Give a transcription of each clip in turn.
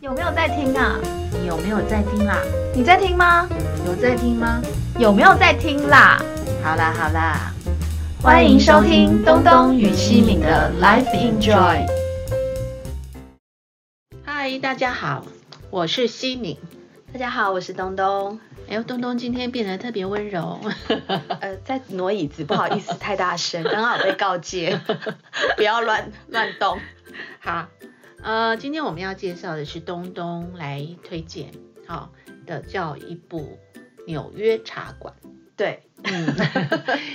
有没有在听啊？你有没有在听啦？你在听啊吗？有在听吗？有没有在听啦？好啦好啦，欢迎收听东东与西敏的 Life Enjoy。嗨，大家好，我是西敏。大家好，我是东东。哎呦，东东今天变得特别温柔。 呃，在挪椅子，不好意思，太 大声，刚好被告诫，不要乱乱动。好，呃，今天我们要介绍的是东东来推荐，好、的叫一部《纽约茶馆》。对，嗯，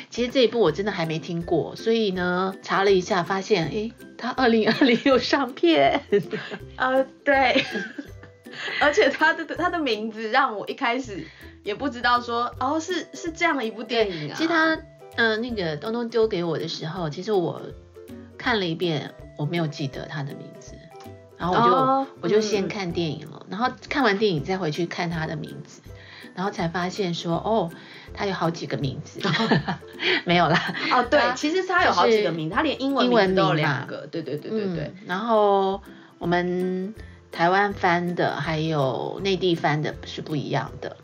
其实这一部我真的还没听过，所以呢查了一下，发现诶，它二零二零又上片。呃，哦对。 而且他的他的名字让我一开始也不知道说，哦，是是这样的一部电影啊。其实他，嗯、那个东东丢给我的时候，其实我看了一遍，我没有记得他的名字，然后我就、哦我就先嗯看电影了，然后看完电影再回去看他的名字，然后才发现说，哦，他有好几个名 字，没有啦，哦，对他，其实他有好几个名字，他连英文英文名字都有名嘛两个。对对对对对嗯。然后我们台湾翻的还有内地翻的是不一样的，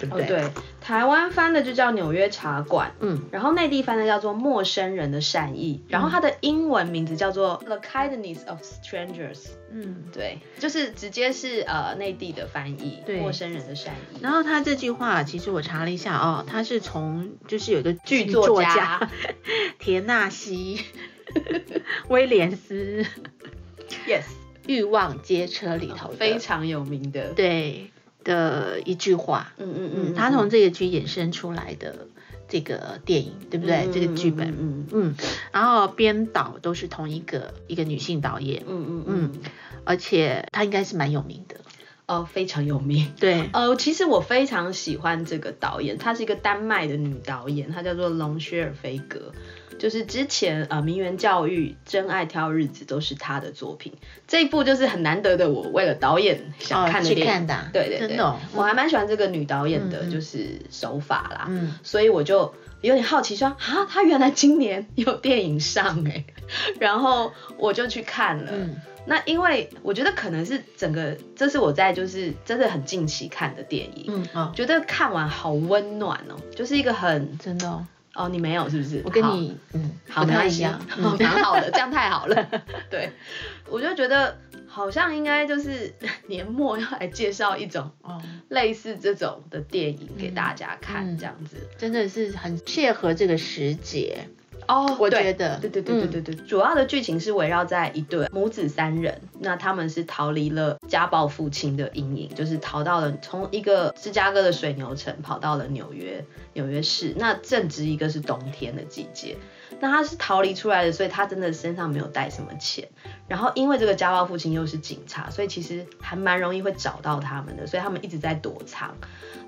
对不哦，嗯对？对，台湾翻的就叫《纽约茶馆》，嗯，然后内地翻的叫做《陌生人的善意》，然后它的英文名字叫做《The Kindness of Strangers》，嗯。对，就是直接是呃内地的翻译，对陌生人的善意。然后他这句话，其实我查了一下哦，他是从就是有一个剧剧作作家家 田纳西威廉斯《 Yes，欲望街车》里头的哦非常有名的。对的一句话，嗯嗯嗯，他从这个剧衍生出来的这个电影，对不对？这个剧本，嗯嗯，然后编导都是同一个一个女性导演，嗯嗯嗯，而且她应该是蛮有名的，哦哦，非常有名。 对，呃，其实我非常喜欢这个导演，她是一个丹麦的女导演，她叫做龙雪尔菲格。就是之前呃，名媛教育、真爱挑日子都是她的作品。这一部就是很难得的，我为了导演想哦看的去电影。看的啊，对对真对，的哦，我还蛮喜欢这个女导演的，嗯嗯就是手法啦。嗯。所以我就有点好奇说，啊，她原来今年有电影上哎、 然后我就去看了。嗯那因为我觉得可能是整个，这是我在就是真的很近期看的电影，嗯哦，觉得看完好温暖哦，就是一个很真的、哦，哦，你没有是不是？我跟好你嗯好不没太关一系样，哦蛮 好的，这样太好了。对，我就觉得好像应该就是 年末要来介绍一种哦，类似这种的电影给大家看，嗯这样子。真的是很切合这个时节，哦我对觉得，对对对对对对，嗯主要的剧情是围绕在一对母子三人，那他们是逃离了家暴父亲的阴影，就是逃到了从一个芝加哥的水牛城跑到了纽约纽约市，那正值一个是冬天的季节，那他是逃离出来的，所以他真的身上没有带什么钱，然后因为这个家暴父亲又是警察，所以其实还蛮容易会找到他们的，所以他们一直在躲藏。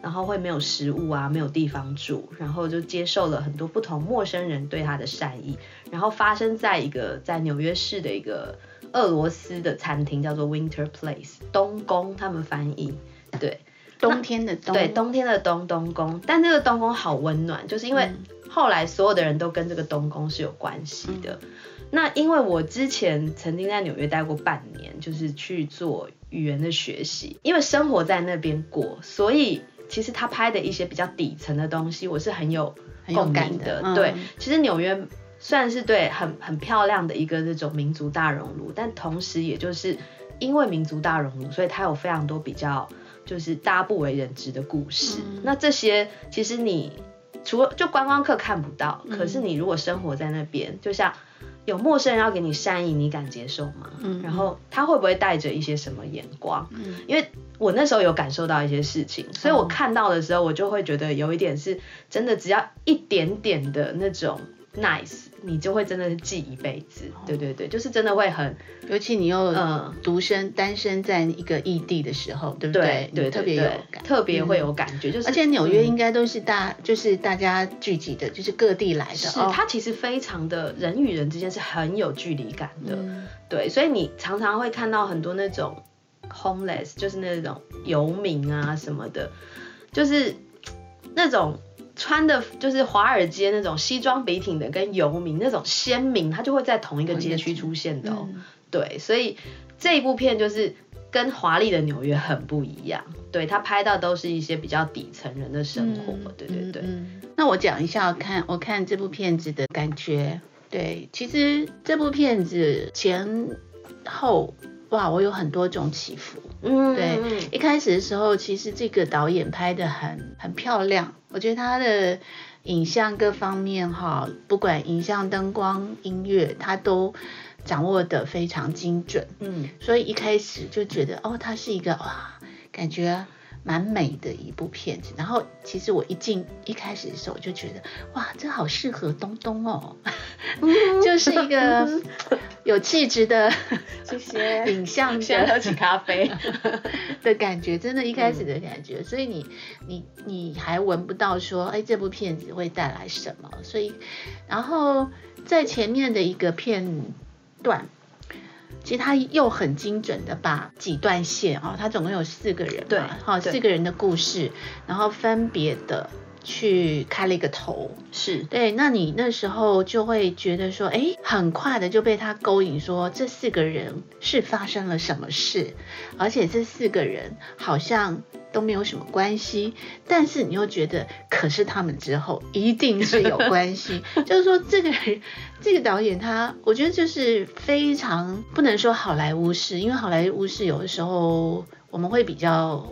然后会没有食物啊，没有地方住，然后就接受了很多不同陌生人对他的善意，然后发生在一个在纽约市的一个俄罗斯的餐厅，叫做 Winter Place 冬宫，他们翻译对冬天的冬，对冬天的冬冬宫，但这个冬宫好温暖，就是因为嗯后来所有的人都跟这个冬宫是有关系的。那因为我之前曾经在纽约待过半年，就是去做语言的学习，因为生活在那边过，所以其实他拍的一些比较底层的东西，我是很有很有共感鸣的嗯对其实纽约算是对很很漂亮的一个这种民族大熔炉，但同时也就是因为民族大熔炉，所以它有非常多比较就是大家不为人知的故事。嗯那这些其实你除了就观光客看不到，嗯可是你如果生活在那边，就像有陌生人要给你善意，你敢接受吗？嗯然后他会不会带着一些什么眼光？嗯因为我那时候有感受到一些事情，所以我看到的时候，我就会觉得有一点是真的，只要一点点的那种 nice，你就会真的是记一辈子。哦对对对，就是真的会很尤其你又嗯。独身、单身在一个异地的时候，对不对你对，特对别有对感，特别会有嗯。感觉，就是而且纽约嗯应该都是大，就是大家聚集的，就是各地来的。是哦嗯它其实非常的人与人之间是很有距离感的，嗯对，所以你常常会看到很多那种 homeless，就是那种游民啊什么的，就是嘖那种穿的就是华尔街那种西装笔挺的跟游民那种鲜明，他就会在同一个街区出现的哦。嗯对，所以这一部片就是跟华丽的纽约很不一样。对他拍到都是一些比较底层人的生活，嗯对对对，嗯嗯那我讲一下，看我看这部片子的感觉。对，其实这部片子前后哇，我有很多种起伏。嗯，对嗯，嗯一开始的时候，其实这个导演拍的很很漂亮，我觉得他的影像各方面哈，不管影像、灯光、音乐，他都掌握的非常精准。嗯所以一开始就觉得哦，它是一个哇，感觉蛮美的一部片子。然后其实我一进一开始的时候，我就觉得哇，这好适合东东哦，嗯 就是一个有气质的谢谢。影 像现在的喝起咖啡， 的感觉，真的，一开始嗯的感觉。所以你你你还闻不到说，哎，这部片子会带来什么？所以，然后在前面的一个片段。其实他又很精准的把几段线哦，他总共有四个人对嘛，好、对四个人的故事，然后分别的去开了一个头，是对，那你那时候就会觉得说，哎，很快的就被他勾引说，这四个人是发生了什么事，而且这四个人好像都没有什么关系，但是你又觉得，可是他们之后一定是有关系，就是说这个人，这个导演他，我觉得就是非常不能说好莱坞式，因为好莱坞式有的时候我们会比较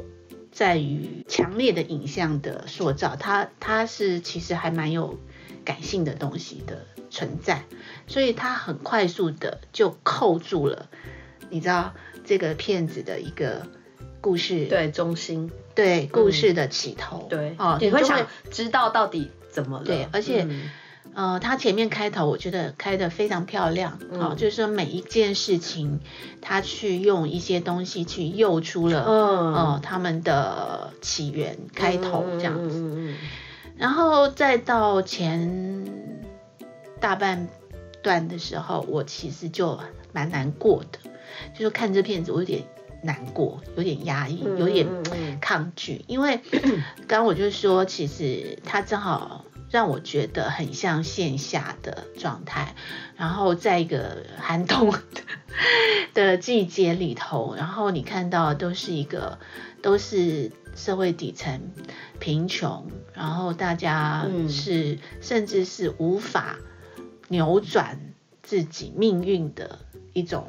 在于强烈的影像的塑造，它它是其实还蛮有感性的东西的存在，所以它很快速的就扣住了，你知道这个片子的一个故事，对中心，对故事的起头，嗯对，哦，你会就想知道到底怎么了，对而且嗯呃，它前面开头我觉得开的非常漂亮，嗯哦，就是说每一件事情，他去用一些东西去诱出了，嗯呃，他们的起源开头这样子，嗯嗯嗯然后再到前大半段的时候，我其实就蛮难过的，就是看这片子我有点难过，有点压抑，嗯有点嗯嗯抗拒，因为 刚刚我就说，其实它正好让我觉得很像线下的状态，然后在一个寒冬的季节里头，然后你看到都是一个 都是社会底层贫穷，然后大家嗯是、甚至是无法扭转自己命运的一种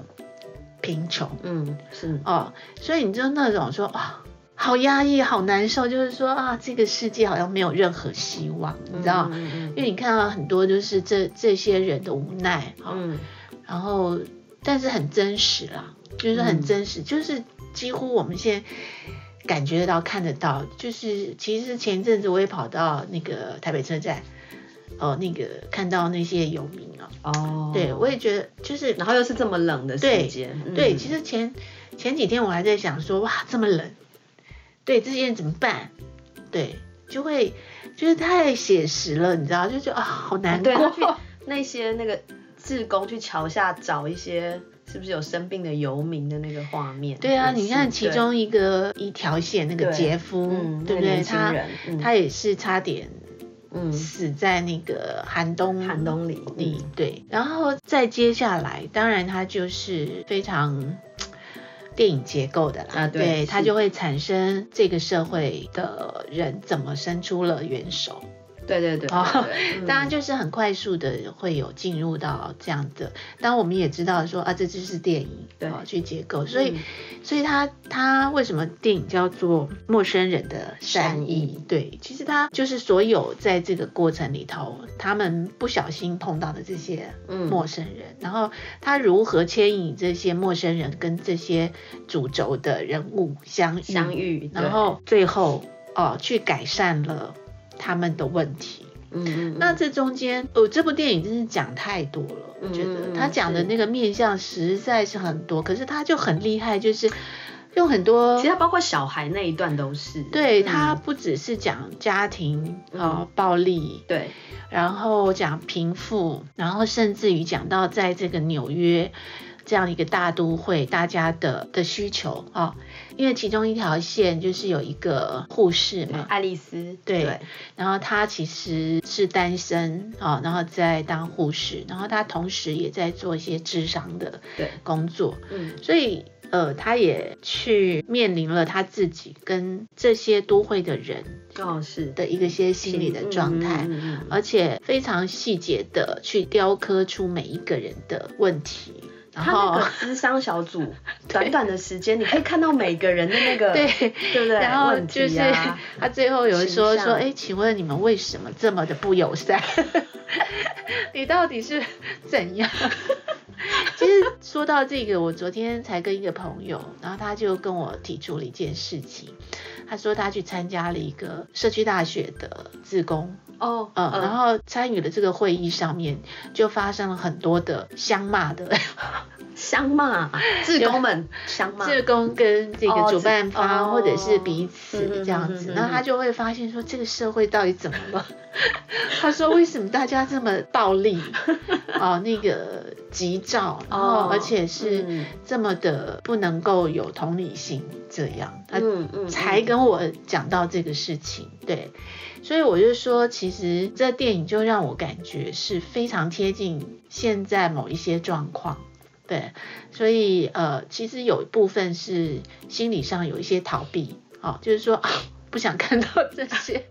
贫穷。嗯是哦，所以你就那种说啊、好压抑，好难受，就是说啊，这个世界好像没有任何希望，你知道？嗯因为你看到很多就是这这些人的无奈，哦、嗯然后但是很真实啦，就是很真嗯实，就是几乎我们现在。感觉得到、看得到，就是其实前阵子我也跑到那个台北车站，哦，那个看到那些游民啊、哦，对我也觉得就是然后又是这么冷的时间，嗯对，其实前前几天我还在想说，哇，这么冷，对这件怎么办？对，就会就是太写实了，你知道，就觉得啊、好难哦对过他。去那些那个志工去桥下找一些是不是有生病的游民的那个画面， 对啊，也是你看其中一个一条线那个对杰对夫嗯，对不对？那个年轻他人嗯他也是差点嗯死在那个寒冬寒冬里嗯你你对，然后再接下来，当然它就是非常电影结构的啦，啊对是它就会产生这个社会的人怎么伸出了援手，对对对， 哦对当然就是很快速的会有进入到这样的，当然我们也知道说啊，这就是电影对嗯哦、去结构，所以、所以它它为什么电影叫做陌生人的善善意意？对，其实它就是所有在这个过程里头，他们不小心碰到的这些嗯陌生人，然后他如何牵引这些陌生人跟这些主轴的人物相遇，相遇，对然后最后哦去改善了他们的问题。嗯嗯嗯那这中间，哦，这部电影真是讲太多了，我觉得嗯他讲的是那个面相实在是很多，可是他就很厉害，就是用很多其实它包括小孩那一段都是，对嗯他不只是讲家庭呃暴力，对然后讲贫富，然后甚至于讲到在这个纽约这样的一个大都会大家的的需求哦，因为其中一条线就是有一个护士对嘛，爱丽丝，嗯对然后她其实是单身哦，然后在当护士，然后她同时也在做一些智商的对，工作，嗯，所以呃，她也去面临了她自己跟这些都会的人哦是的一个些心理的状态。呃嗯嗯嗯嗯而且非常细节的去雕刻出每一个人的问题，然他那后个智商小 组，短短的时间，你可以看到每个人的那个，对，对不对？然后问就是、题啊他最后有说形象说，哎，请问你们为什么这么的不友善？ 你到底是怎样？ 其实说到这个，我昨天才跟一个朋友，然后他就跟我提出了一件事情，他说他去参加了一个社区大学的自工哦，嗯，然后参与了这个会议上面，就发生了很多的相骂的相骂，志工们相骂，志工跟这哦个主自办方哦或者是彼嗯嗯此嗯这样子嗯嗯，那他就会发现说这个社会到底怎么了？ 他说为什么大家这么暴 力？哦，那个急躁，然后而且是哦嗯这么的不能够有同理心，这样，他嗯嗯呃才跟我讲到这个事情，对，所以我就说，其实这电影就让我感觉是非常贴近现在某一些状况，对，所以呃，其实有一部分是心理上有一些逃避，哦，就是说 啊，不想看到这 些，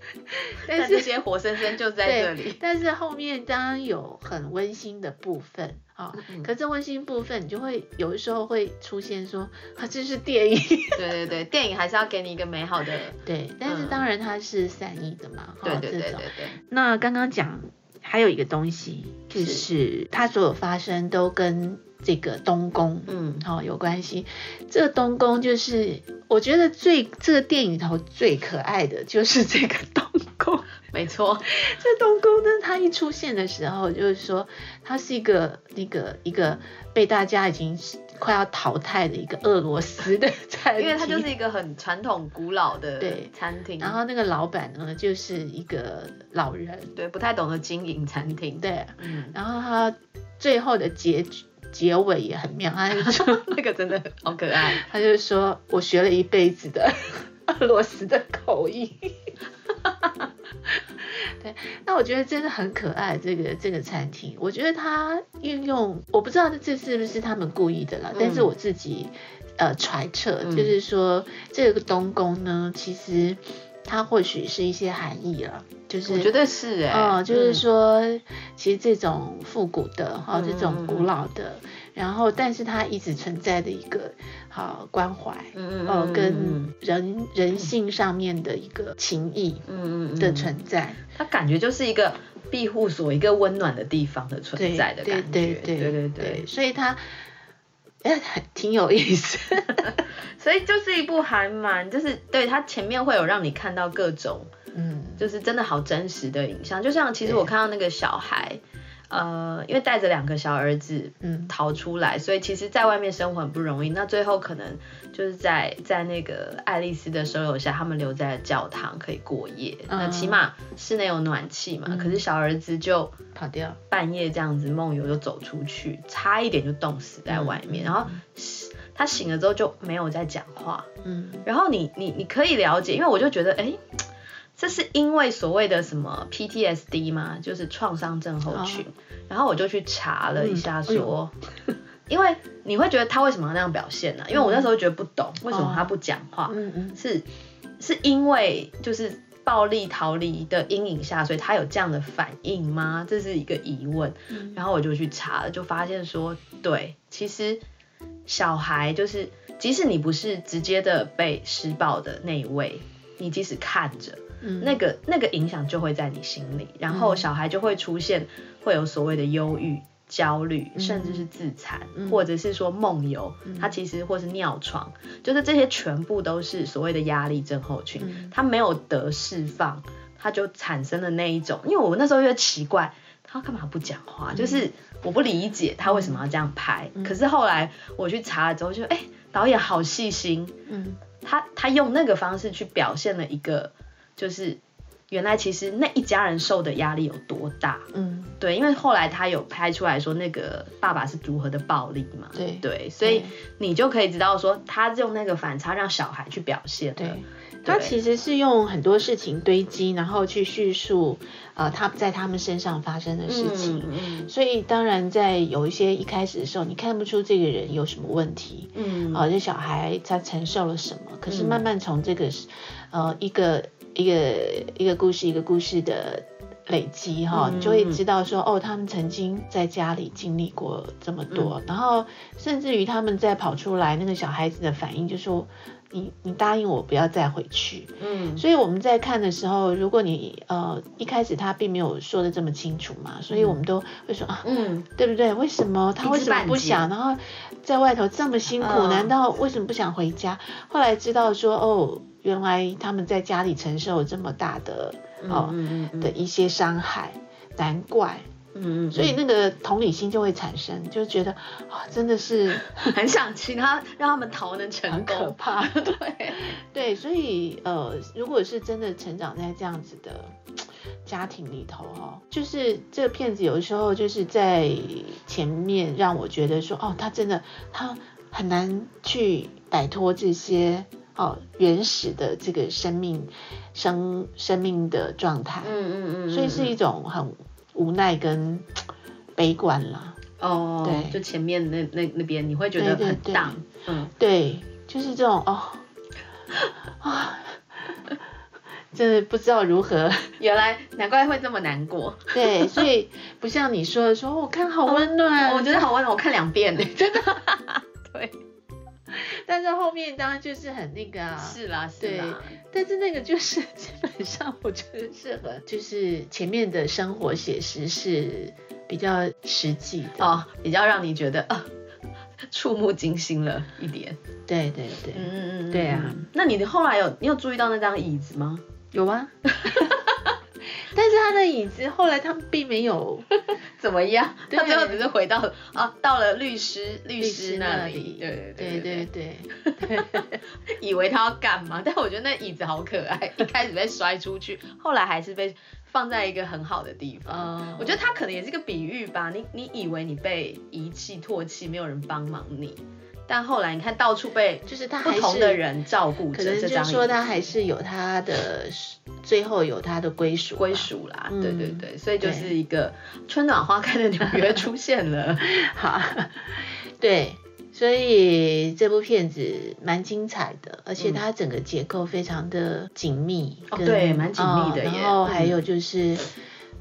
但但是这些活生生就在这对里，，但是后面当然有很温馨的部分，哦，嗯可这温馨部分你就会有的时候会出现说啊，这是电影。 对对对，电影还是要给你一个美好的，对，但是嗯当然它是善意的嘛，对哈对哦这对对种。对，那刚刚讲还有一个东西，就是是它所有发生都跟这个东宫。嗯，哦，有关系。这个东宫就是，我觉得最这个电影里头最可爱的就是这个东宫。 没错，这东宫呢，它一出现的时候，就是说它是一个那个一个被大家已经快要淘汰的一个俄罗斯的菜，因为它就是一个很传统古老的对餐厅，然后那个老板呢，就是一个老人，对不太懂得经营餐厅，，对。嗯，然后他最后的结局结尾也很妙，他就 说那个真的好可爱，他就说我学了一辈子的 俄罗斯的口 音。对，那我觉得真的很可爱，这个这个餐厅，我觉得它运用，我不知道这是不是他们故意的啦，嗯但是我自己呃揣测，嗯就是说这个东宫呢，其实它或许是一些含义了， 就是我觉得是哎、哦，就是嗯说，其实这种复古的哈、嗯这种古老的，然后但是它一直存在的一个好、关怀，嗯嗯哦，嗯跟人人性上面的一个情谊嗯嗯的，存在，它感觉就是一个庇护所，一个温暖的地方的存对在的感觉，对对对对对，所以它。哎，挺有意思， 所以就是一部还蛮，就是对它前面会有让你看到各种，嗯，就是真的好真实的影像，就像其实我看到那个小孩，呃，因为带着两个小儿子。嗯，逃出来，所以其实在外面生活很不容易。那最后可能就是在在那个爱丽丝的收留下，他们留在了教堂可以过夜。嗯那起码室内有暖气嘛。嗯可是小儿子就跑掉，半夜这样子梦游就走出去，差一点就冻死在外面。嗯然后他醒了之后就没有再讲话。嗯，然后你你你可以了解，因为我就觉得，哎，这是因为所谓的什么 PTSD 吗？就是创伤症候群。然后我就去查了一下嗯说， 因为你会觉得他为什么要那样表现呢、因为我那时候觉得不懂，为什么他不讲话？嗯嗯，是是因为就是暴力逃离的阴影下，所以他有这样的反应吗？这是一个疑问。嗯然后我就去查了，就发现说，对，其实小孩就是，即使你不是直接的被施暴的那一位，你即使看着嗯那个那个影响就会在你心里，然后嗯小孩就会出现会有所谓的忧郁。焦虑，嗯甚至是自残，嗯或者是说梦游，嗯他其实或是尿床，就是这些全部都是所谓的压力症候群。嗯他没有得释放，他就产生了那一种。因为我那时候就奇怪，他干嘛不讲话？就是我不理解他为什么要这样拍。嗯可是后来我去查了之后就，哎，导演好细心，嗯他他用那个方式去表现了一个就是原来其实那一家人受的压力有多大。嗯，对，因为后来他有拍出来说那个爸爸是如何的暴力嘛，对对，所以对你就可以知道说他用那个反差让小孩去表现了对，他对其实是用很多事情堆积，然后去叙述呃他在他们身上发生的事情。嗯所以当然，在有一些一开始的时候，你看不出这个人有什么问题，嗯啊、这小孩他承受了什么。可是嗯慢慢从这个，呃，一个一个一个故事一个故事的累积哈、嗯你就会知道说，哦，他们曾经在家里经历过这么嗯多，然后甚至于他们在跑出来，那个小孩子的反应就说，你你答应我不要再回去。嗯所以我们在看的时候，如果你呃一开始他并没有说的这么清楚嘛，所以我们都会说啊，嗯，对不对？为什么他为什么不想？然后在外头这么辛苦，嗯难道为什么不想回家？后来知道说，哦，原来他们在家里承受这么大的哦、嗯嗯的一些伤害，难怪。嗯嗯，所以那个同理心就会产生，就觉得啊、真的是很想请他让他们逃能成很可功。怕。 对，对，所以呃，如果是真的成长在这样子的家庭里头哦，就是这个骗子有时候就是在前面让我觉得说，哦，他真的他很难去摆脱这些哦原始的这个生命生生命的状态，嗯嗯嗯，所以是一种很无奈跟悲观啦。哦，对就前面那那那边你会觉得对对很对 down，嗯，对，就是这种哦啊，真的不知道如 何。原来难怪会这么难过，对，所以不像你说的说，哦我看好温暖，哦我觉得好温暖，我看两 遍呢，真的。对，但是后面当然就是很那个啊。，是啦是啦，但是那个就是基本上我觉得是很，就是前面的生活写实是比较实际的。，哦，比较让你觉得啊，触目惊心了一点。对对对，嗯嗯嗯，对啊嗯。那你后来有你有注意到那张椅子吗？有 啊。但是他的椅子后来他们并没有怎么样？对他最后只是回到啊，到了律师律师那里，对对对对对对对，对，以为他要干嘛？但我觉得那椅子好可爱， 一开始被摔出去，后来还是被放在一个很好的地方。哦我觉得他可能也是个比喻吧，你你以为你被遗弃唾弃，没有人帮忙你，但后来你看到处被就是他不还是同的人照顾可着，能这就是张说椅他子还是有他的最后有他的归属吧，归属啦，嗯对对对，所以就对是一个春暖花开的纽约出现了， 好， 对，所以这部片子蛮精彩的，而且它整个结构非常的紧密，嗯哦跟对蛮紧密的哦耶嗯然后还有就是。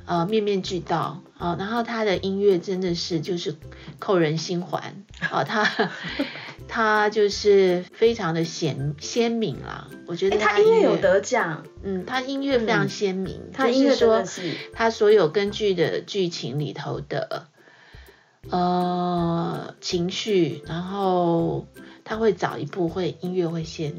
呃，面面俱到哦，然后他的音乐真的是就是扣人心环哦，他 他就是非常的鲜鲜明啦，我觉哎、得他他音乐有得奖，嗯，他音乐非常鲜明，他就音乐是真说的是，他所有根据的剧情里头的呃情绪，然后他会早一步会音乐会先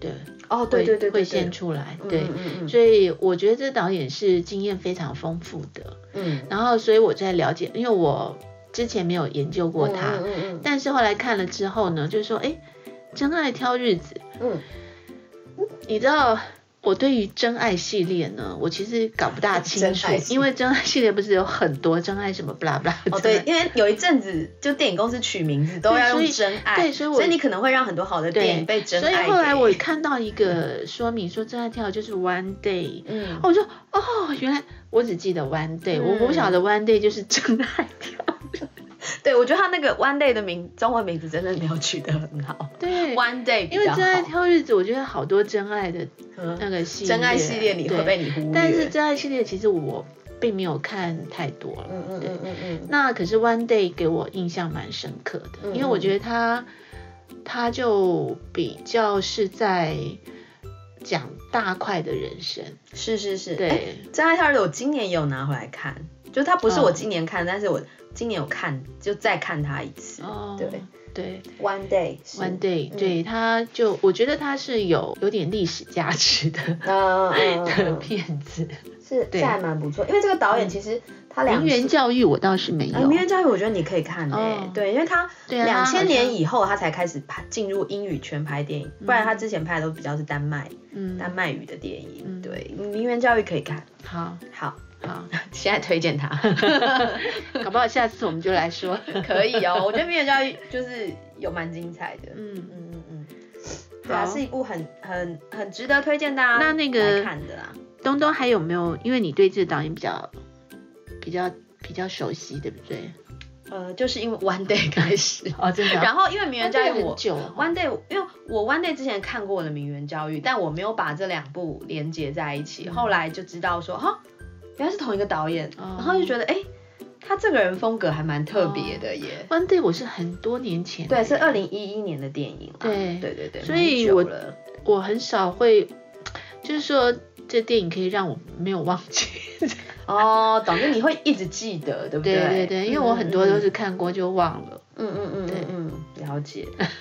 对哦，会对对对对，会先出来，对，对。嗯嗯嗯所以我觉得这导演是经验非常丰富的，嗯，然后所以我在了解，因为我之前没有研究过他，嗯嗯但是后来看了之后呢，就说哎，真爱挑日子，嗯嗯，你知道我对于真爱系列呢，我其实搞不大清楚真爱，系列因为真爱系列不是有很多真爱什么不啦不啦。哦 对，因为有一阵子就电影公司取名字都对要所用以真爱，对所以我你可能会让很多好的电对影被真所爱以给，后来我看到一个说明说真爱跳就是 one day，嗯哦，我说哦，原来我只记得 one day，、我不晓得 one day 就是真爱 跳。对我觉得他那个 One Day 的名中文名字真的没有取得很好对， ，One Day 比因为较真爱好，挑日子，我觉得好多真爱的那嗯个系列，真爱系列你会对被你忽略，但是真爱系列其实我并没有看太多了，嗯嗯对嗯嗯嗯，那可是 One Day 给我印象蛮深刻的，嗯因为我觉得他他就比较是在讲大块的人生，是是是，对、哎 真爱跳日，我今年也有拿回来看，就它不是嗯我今年看，但是我今年有看，就再看它一次。哦对嗯对 One Day， ，One Day，、对他就我觉得他是有有点历史价值的嗯 嗯的嗯，片子，是对嗯是还蛮不错，因为这个导演其实他两名媛教育我倒是没呃名有，媛教育我觉得你可以看诶、欸哦对，因为他对啊两他好千像年以后他才开始拍进入英语圈拍电影，不然他之前拍的都比较是丹麦、嗯，丹麦语的电影。嗯对，名媛教育可以看。好好， 好，现在推荐他搞不好下次我们就来说， 可以 哦，我觉得名媛教育就是有蛮精彩的。嗯， 嗯嗯嗯，对啊，好是一部很很很值得推荐大家那那个来看的啊啦。东东还有没有？因为你对这个导演比较比较比较熟悉，对不对？呃，就是因为 One Day 开始，哦，真的啊， 然后因为名媛教育很我久了哈， One Day，因为我 One Day 之前看过我的《名媛教育》，但我没有把这两部连接在一起。后来就知道说，哈，原来是同一个导演，哦然后就觉得，哎、他这个人风格还蛮特别的耶。 One Day 我是很多年前，对，是二零一一年的电影啦。对对对对，所以蛮久我了我很少会，就是说这电影可以让我没有忘记。哦，懂，就你会一直记 得，对不对嗯对对对，因为我很多都是。是看过就忘了。嗯嗯嗯嗯嗯，了解。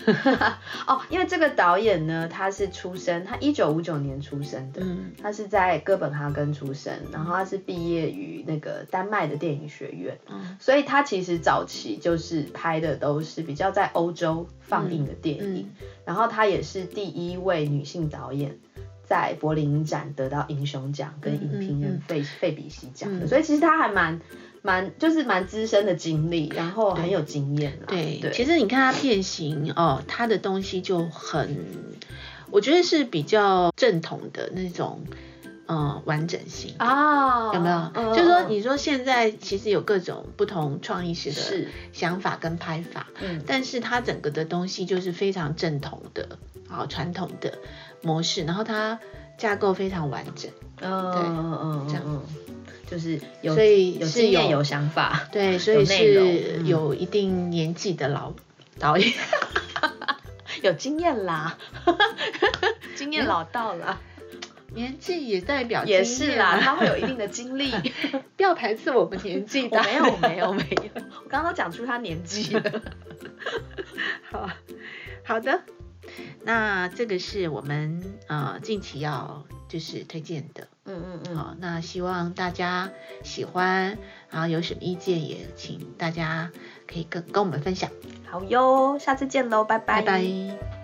哦，因为这个导演呢，他是出生，他一九五九年出生的，嗯他是在哥本哈根出生，然后他是毕业于那个丹麦的电影学院，嗯所以他其实早期就是拍的都是比较在欧洲放映的电影，嗯，然后她也是第一位女性导演。在柏林影展得到银熊奖跟影嗯嗯评嗯人费费比西奖的，嗯所以其实她还蛮蛮就是蛮资深的经历，然后很有经验啦。啊对，对，其实你看他片型哦，他的东西就很，我觉得是比较正统的那种，嗯，完整性。啊，有没有？嗯就是说，嗯你说现在其实有各种不同创意式的是，想法跟拍法，嗯，但是它整个的东西就是非常正统的，啊、传统的模式，然后它架构非常完整，嗯对嗯嗯，这样嗯，就是有所以有是经验有有想法，对，所以内容是嗯有一定年纪的 老导演，有经验啦，经验老道啦，年纪也代表也经是验啦，啊他会有一定的经历。不要排 斥我们年纪我大，没有，我没有，我没有，我刚刚都讲出他年纪了。 好好的，那这个是我们呃近期要就是推荐的。嗯嗯嗯，好，那希望大家喜欢，然后有什么意见也嗯请大家可以跟跟我们分享。好哟，下次见喽，拜拜拜